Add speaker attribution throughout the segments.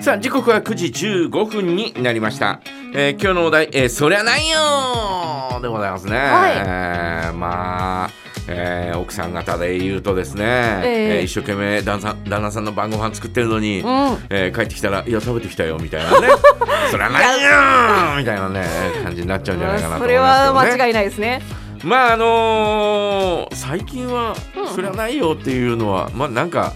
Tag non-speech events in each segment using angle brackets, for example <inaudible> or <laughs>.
Speaker 1: さあ時刻は9時15分になりました、えー今日のお題、えーそりゃないよ」でございますね、
Speaker 2: はい
Speaker 1: えーまあ、えー奥さん方で言うとですね、
Speaker 2: え
Speaker 1: えー一生懸命旦さん旦那さんの晩ご飯作ってるのに、
Speaker 2: ん
Speaker 1: えー帰ってきたら「いや食べてきたよ」みたい
Speaker 2: <laughs>
Speaker 1: なね「そりゃないよ」みたいなね感じになっちゃうんじゃないかなと
Speaker 2: そ
Speaker 1: 思い
Speaker 2: れは
Speaker 1: ますけどね。
Speaker 2: 間違いないですね。
Speaker 1: まああのー最近は
Speaker 2: うん
Speaker 1: それはないよっていうのは、まあなんか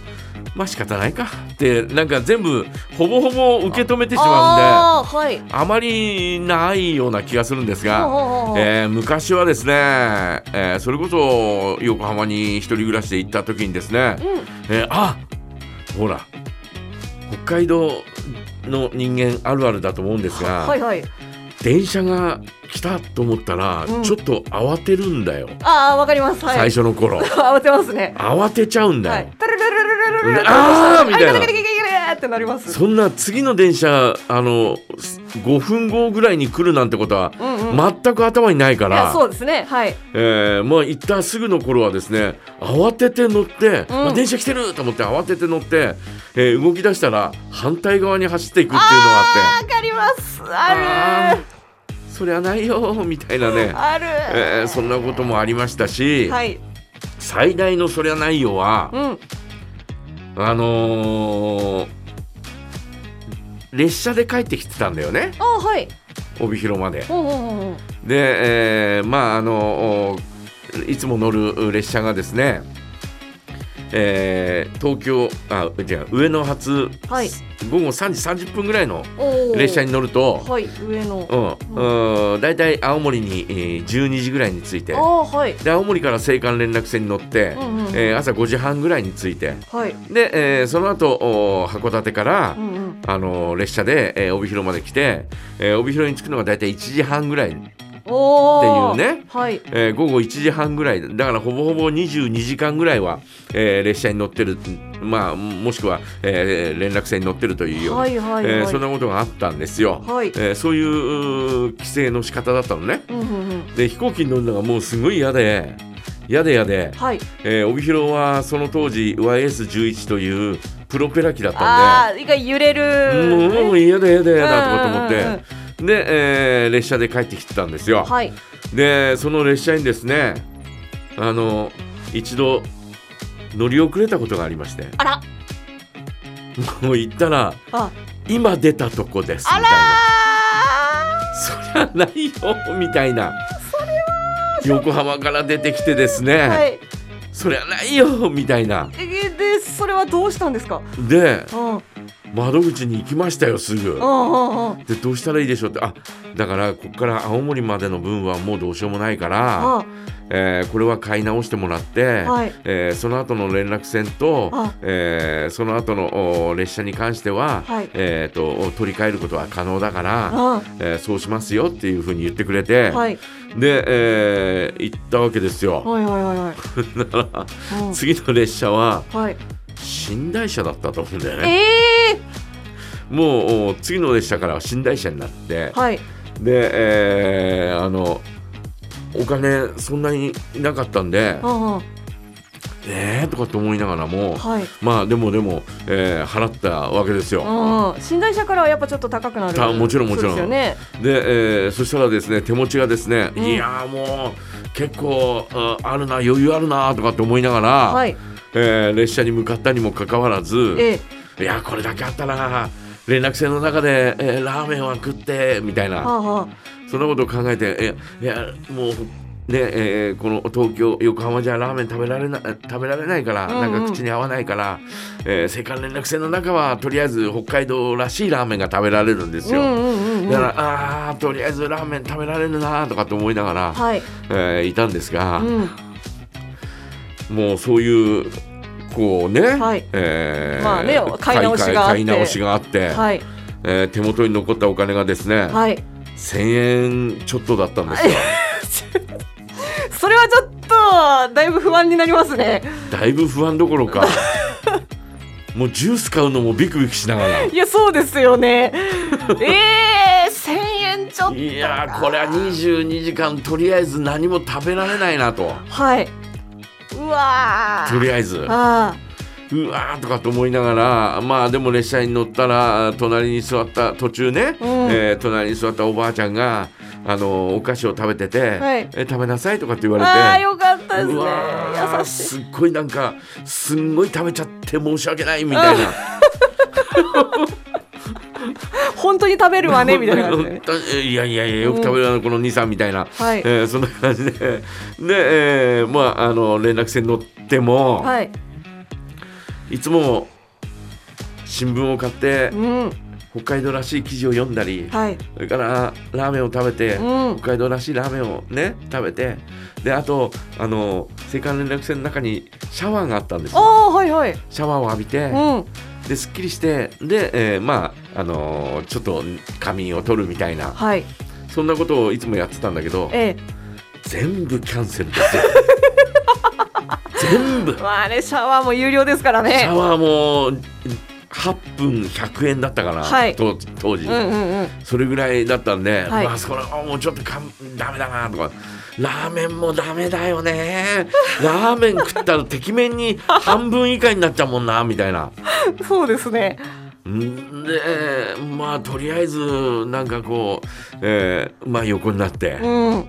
Speaker 1: まあ仕方ないかってなんか全部ほぼほぼ受け止めてしまうんで
Speaker 2: ああーはい。
Speaker 1: あまりないような気がするんです
Speaker 2: ほう
Speaker 1: が。
Speaker 2: ほうほう
Speaker 1: えー昔はですね、えーそれこそ横浜に一人暮らしで行った時にですね、
Speaker 2: うん
Speaker 1: えーあほら北海道の人間あるあるだと思うんですが、
Speaker 2: はいはい。
Speaker 1: 電車が来たと思ったら、
Speaker 2: うん
Speaker 1: ちょっと慌てるんだよ。
Speaker 2: ああわかります。はい、
Speaker 1: 最
Speaker 2: <laughs>
Speaker 1: 初の頃
Speaker 2: 慌てますね。
Speaker 1: 慌てちゃうんだよ、
Speaker 2: はい。タルルルルルルルル。
Speaker 1: あーみたいな
Speaker 2: あガリガリガリガリガリってなります。
Speaker 1: そんな次の電車あのす5分後ぐらいに来るなんてことは、
Speaker 2: うんうん。い
Speaker 1: 全く頭にないから
Speaker 2: やそうですね。はい。
Speaker 1: えーまあ行ったすぐの頃はですね慌てて乗って、まあ
Speaker 2: うん
Speaker 1: 電車来てると思って慌てて乗って、えー動き出したら反対側に走っていくっていうのがあ
Speaker 2: あ
Speaker 1: って
Speaker 2: ーわかります。あるー
Speaker 1: ーそりゃないよみたいなね、
Speaker 2: あるー。
Speaker 1: えーそんなこともありましたし、
Speaker 2: はい。
Speaker 1: 最大のそりゃないよは、
Speaker 2: うん。
Speaker 1: あのー列車で帰ってきてたんだよね
Speaker 2: あーはい。
Speaker 1: 帯広まで。
Speaker 2: ほうほうほうほう。
Speaker 1: で、えーまああのおいつも乗る列車がですね、えー東京あじゃあ上野発、
Speaker 2: はい
Speaker 1: 午後3時30分ぐらいの
Speaker 2: おー
Speaker 1: 列車に乗ると、
Speaker 2: はい上の。
Speaker 1: うんうん、だいたい青森に、えー12時ぐらいに着いて
Speaker 2: あ。あはい
Speaker 1: で青森から青函連絡船に乗って、
Speaker 2: うんうんうん
Speaker 1: えー朝5時半ぐらいに着いて
Speaker 2: はい。
Speaker 1: で、えーその後お函館から、
Speaker 2: うんうん。
Speaker 1: あの列車で、えー帯広まで来て、えー帯広に着くのが大体1時半ぐらい、
Speaker 2: お
Speaker 1: っ
Speaker 2: お。
Speaker 1: ていうね。
Speaker 2: はい。
Speaker 1: えー午後1時半ぐらいだからほぼほぼ22時間ぐらいは、えー列車に乗ってるまあもしくは、えー連絡船に乗ってるというような、
Speaker 2: はいはいはい
Speaker 1: えーそんなことがあったんですよ、
Speaker 2: はい
Speaker 1: えーそういううー規制の仕方だったのね
Speaker 2: うんうんうん。
Speaker 1: で飛行機に乗るのがもうすごい嫌で嫌で嫌で、
Speaker 2: はい。
Speaker 1: えー帯広はその当時 YS11 というプロペラ機だったんで
Speaker 2: ああ、一回揺れる。
Speaker 1: もう嫌だ嫌だ嫌だとかと思っ
Speaker 2: うんうん
Speaker 1: てで、えー列車で帰ってきてたんですよ。
Speaker 2: はい。
Speaker 1: でその列車にですねあの一度乗り遅れたことがありまして
Speaker 2: あら、
Speaker 1: もう行ったら
Speaker 2: あ、
Speaker 1: 「今出たとこです」みた
Speaker 2: あ
Speaker 1: いな
Speaker 2: ら
Speaker 1: 「そりゃないよ」みたいな横浜から出てきてですね「
Speaker 2: ー。はい。
Speaker 1: そりゃないよ」みたいな
Speaker 2: えで、それはどうしたんですか。
Speaker 1: で
Speaker 2: うん、うん、
Speaker 1: 窓口に行きましたよすぐ
Speaker 2: う。ん、うん。
Speaker 1: でどうしたらいいでしょうってあだからここから青森までの分はもうどうしようもないから、
Speaker 2: あ、
Speaker 1: えーこれは買い直してもらって、
Speaker 2: はい
Speaker 1: えーその後の連絡船と
Speaker 2: あ、
Speaker 1: えーその後のお列車に関しては、
Speaker 2: はい
Speaker 1: えーと取り替えることは可能だから、
Speaker 2: あ、
Speaker 1: えーそうしますよっていうふうに言ってくれて、
Speaker 2: はい、
Speaker 1: で、えー行ったわけですよ。
Speaker 2: はい、はい、はい、はい。
Speaker 1: だから
Speaker 2: うん
Speaker 1: <laughs> 次の列車は
Speaker 2: はい。
Speaker 1: 寝台車だったと思うんだよね。
Speaker 2: ええ
Speaker 1: もうお次の列車からは寝台車になって、
Speaker 2: ー。はい。
Speaker 1: で、えーあのお金そんなになかったんで
Speaker 2: う、ん、うん。
Speaker 1: えーとかと思いながらも、
Speaker 2: はい。
Speaker 1: まあでもでも、えー払ったわけですよ。
Speaker 2: うん、うん。寝台車からはやっぱちょっと高くな
Speaker 1: た
Speaker 2: る。
Speaker 1: もちろんもちろん
Speaker 2: そうですよね。
Speaker 1: で、えーそしたらですね手持ちがですね、
Speaker 2: うん
Speaker 1: いやーもう結構ああるな余裕あるなとかって思いながら、
Speaker 2: はい。
Speaker 1: えー列車に向かったにもかかわらず、
Speaker 2: ええ。
Speaker 1: いやーこれだけあったな連絡船の中で、えーラーメンは食ってみたいな。
Speaker 2: はあ、はあ。
Speaker 1: そんなことを考えて、えいや、もう、ねえーこの東京、横浜じゃラーメン食べられな食べられないから、
Speaker 2: うんうん
Speaker 1: なんか口に合わないから、えー青函連絡船の中は、とりあえず北海道らしいラーメンが食べられるんです
Speaker 2: う
Speaker 1: よ。
Speaker 2: ん、うん、うん、うん。
Speaker 1: だから、あーとりあえずラーメン食べられるなとかと思いながら、
Speaker 2: はい。
Speaker 1: えーいたんですが、
Speaker 2: うん。
Speaker 1: もうそういう、こうね、
Speaker 2: はい
Speaker 1: えー
Speaker 2: まあね買い直しがあって
Speaker 1: 買い直しがあって
Speaker 2: はい。
Speaker 1: えー手元に残ったお金がですね、
Speaker 2: はい。
Speaker 1: 1000円ちょっとだったんですよ。
Speaker 2: それはちょっと、だいぶ不安になりますね。
Speaker 1: だいぶ不安どころ
Speaker 2: <laughs>
Speaker 1: かもうジュース買うのもビクビクしながら
Speaker 2: いや、そうですよね。ええー、千円ちょっと。
Speaker 1: いやーこれは22時間とりあえず何も食べられないなと
Speaker 2: はい。うわ
Speaker 1: と
Speaker 2: ー。
Speaker 1: りあえず
Speaker 2: あ
Speaker 1: うわーとかと思いながらまあでも列車に乗ったら隣に座った途中ね、
Speaker 2: うん
Speaker 1: えー隣に座ったおばあちゃんがあのお菓子を食べてて、
Speaker 2: はい
Speaker 1: え食べなさいとかって言われて
Speaker 2: ああよかったですね
Speaker 1: うわー
Speaker 2: 優しい
Speaker 1: すっごいなんかすんごい食べちゃって申し訳ないみたいな。
Speaker 2: 本当に食べるわ
Speaker 1: <laughs>
Speaker 2: ねみたいな感じで、ね
Speaker 1: 本、当にいやいやいやよく食べるなこの23みたいな、
Speaker 2: はい
Speaker 1: えーそんな感じでで、えーまああの連絡船乗っても、
Speaker 2: はい
Speaker 1: い、つも新聞を買って
Speaker 2: うん
Speaker 1: 北海道らしい記事を読んだり、
Speaker 2: はい
Speaker 1: それからラーメンを食べて、
Speaker 2: うん
Speaker 1: 北海道らしいラーメンをね食べてであとあの青函連絡船の中にシャワーがあったんです
Speaker 2: あ
Speaker 1: よ
Speaker 2: あはいはい
Speaker 1: シャワーを浴びて、
Speaker 2: うん
Speaker 1: ですっきりしてで、えーまああのーちょっと仮眠を取るみたいな
Speaker 2: はい
Speaker 1: そんなことをいつもやってたんだけど
Speaker 2: え
Speaker 1: 全部キャンセルで
Speaker 2: <laughs>
Speaker 1: すよ全部
Speaker 2: えまああれシャワーも有料ですから
Speaker 1: シャ
Speaker 2: ね
Speaker 1: ワーも8分100円だったかな、
Speaker 2: はい
Speaker 1: と当時、
Speaker 2: うんうんうん
Speaker 1: それぐらいだったんで、
Speaker 2: はい
Speaker 1: まあそこらもうちょっとかんダメだなとかラーメンもダメだよねラーメン食ったらてきめん
Speaker 2: <laughs>
Speaker 1: に半分以下になっちゃうもんなみたいな
Speaker 2: そうですね
Speaker 1: んでまあとりあえずなんかこう、えーまあ横になって
Speaker 2: うん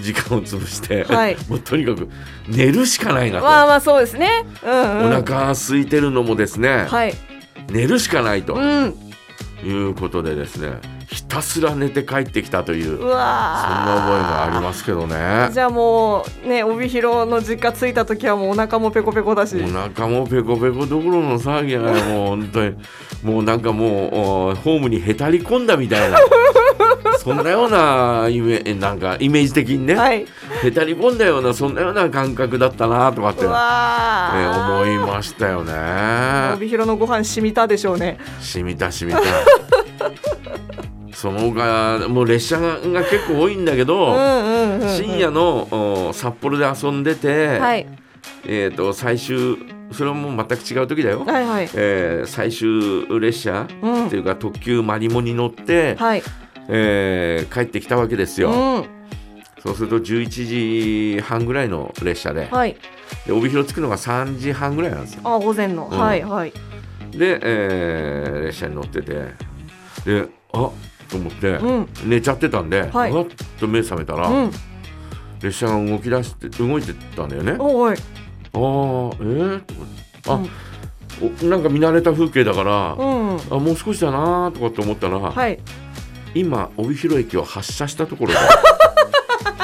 Speaker 1: 時間を潰して、
Speaker 2: はい
Speaker 1: <laughs> もうとにかく寝るしかないなと、
Speaker 2: まあまあそうですねうんうん
Speaker 1: お腹空いてるのもですね、
Speaker 2: はい
Speaker 1: 寝るしかないと
Speaker 2: うん
Speaker 1: いうことでですねひたすら寝て帰ってきたという
Speaker 2: う
Speaker 1: そんな覚えもあり
Speaker 2: わ
Speaker 1: ますけど
Speaker 2: ー
Speaker 1: ね
Speaker 2: じゃあもうね帯広の実家着いた時はもうお腹もペコペコだし
Speaker 1: お腹もペコペコどころの騒ぎやないもう本当にもうなんかもうおホームにへたり込んだみたい
Speaker 2: <laughs>
Speaker 1: なそんなようなイメなんかイメージ的にね、
Speaker 2: はい
Speaker 1: へたり込んだようなそんなような感覚だったなとかって、
Speaker 2: うわ
Speaker 1: え
Speaker 2: ー
Speaker 1: 思いましたよね。
Speaker 2: 帯広のご飯染みたでしょうね
Speaker 1: しみたし
Speaker 2: <laughs>
Speaker 1: みた。その他もう列車が結構多いんだけ
Speaker 2: う
Speaker 1: ど、
Speaker 2: んうんうんうん
Speaker 1: 深夜のお札幌で遊んでて、
Speaker 2: はい
Speaker 1: えー、と最終それはもう全く違う時だよ、
Speaker 2: はいはい
Speaker 1: えー最終列車
Speaker 2: うん
Speaker 1: っていうか特急マリモに乗って、
Speaker 2: はい
Speaker 1: えー帰ってきたわけですよ、
Speaker 2: うん
Speaker 1: そうすると11時半ぐらいの列車で,、
Speaker 2: はい
Speaker 1: で帯広着くのが3時半ぐらいなんですよ
Speaker 2: あ午前の、
Speaker 1: うん
Speaker 2: はいはい
Speaker 1: で、えー列車に乗っててであと思って、
Speaker 2: うん
Speaker 1: 寝ちゃってたんで、
Speaker 2: はい
Speaker 1: わっと目覚めたら、
Speaker 2: うん
Speaker 1: 列車が動き出して動いてたんだよね。
Speaker 2: おいお
Speaker 1: あ
Speaker 2: い
Speaker 1: ーえー、と思ってあ、おなんか見慣れた風景だから、
Speaker 2: うん
Speaker 1: あもう少しだなーとかって思ったら、
Speaker 2: はい
Speaker 1: 今帯広駅を発車したところ
Speaker 2: <laughs>
Speaker 1: だ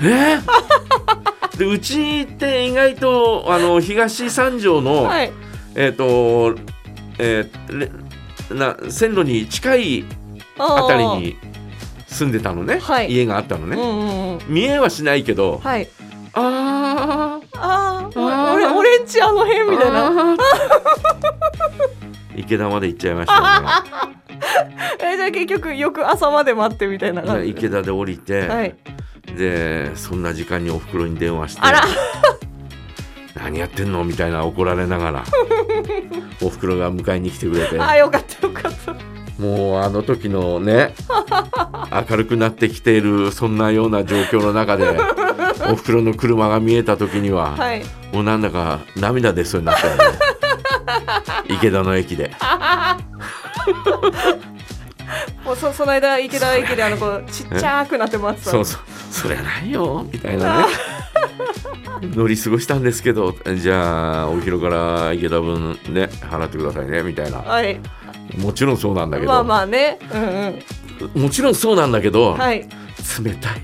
Speaker 1: えー、でうちって意外とあの東三条の、
Speaker 2: はい
Speaker 1: えっ、と、えーれな線路に近い
Speaker 2: あ
Speaker 1: あ
Speaker 2: ー
Speaker 1: たりに住んでたのね、
Speaker 2: はい
Speaker 1: 家があったの
Speaker 2: う
Speaker 1: ね、
Speaker 2: んうんうん
Speaker 1: 見えはしないけど、
Speaker 2: はい
Speaker 1: あー
Speaker 2: あー
Speaker 1: あー
Speaker 2: 俺俺んちあの辺みたいな
Speaker 1: あー池田まで行っちゃいましたね
Speaker 2: えじゃあ結局翌朝まで待ってみたい <laughs> な感
Speaker 1: で
Speaker 2: じ
Speaker 1: 池田で降りて、
Speaker 2: はい
Speaker 1: でそんな時間におふくろに電話して
Speaker 2: あら
Speaker 1: 何やってんのみたいな怒られなが
Speaker 2: <laughs>
Speaker 1: らおふくろが迎えに来てくれて
Speaker 2: あーよかったよかった
Speaker 1: もうあの時の
Speaker 2: <laughs>
Speaker 1: ね明るくなってきているそんなような状況の中
Speaker 2: <laughs>
Speaker 1: でおふくろの車が見えた時には、
Speaker 2: はい
Speaker 1: もうなんだか涙出そうになった
Speaker 2: <laughs>
Speaker 1: よね池田の駅で
Speaker 2: <laughs> もうそその間池田駅であのこうちっちゃくなって待ってた
Speaker 1: そうそうそりゃないよみたいなね乗り過ごしたんですけどじゃあお昼から池田分ね払ってくださいねみたいな
Speaker 2: はい
Speaker 1: もちろんそうなんだけど、
Speaker 2: まあまあねうんうん
Speaker 1: もちろんそうなんだけど、
Speaker 2: はい
Speaker 1: 冷たい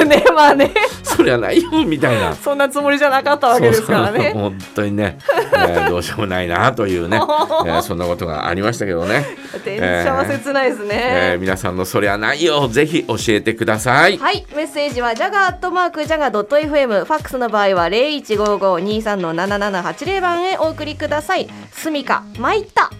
Speaker 2: あねまあね
Speaker 1: そりゃないよみたいな
Speaker 2: そんなつもりじゃなか <laughs> ったわけですから
Speaker 1: そうそう
Speaker 2: ね
Speaker 1: 本当にね、えーどうしようもないなという
Speaker 2: <laughs>
Speaker 1: ね、えーそんなことがありましたけどね、
Speaker 2: 電車は切ないです
Speaker 1: えー
Speaker 2: <laughs> ね、
Speaker 1: 皆さんのそりゃないよぜひ教えてください。
Speaker 3: はい、メッセージはジャガーアットマークジャガドット FM、ファックスの場合は零一五五二三の七七八零番へお送りください。スミカ、参った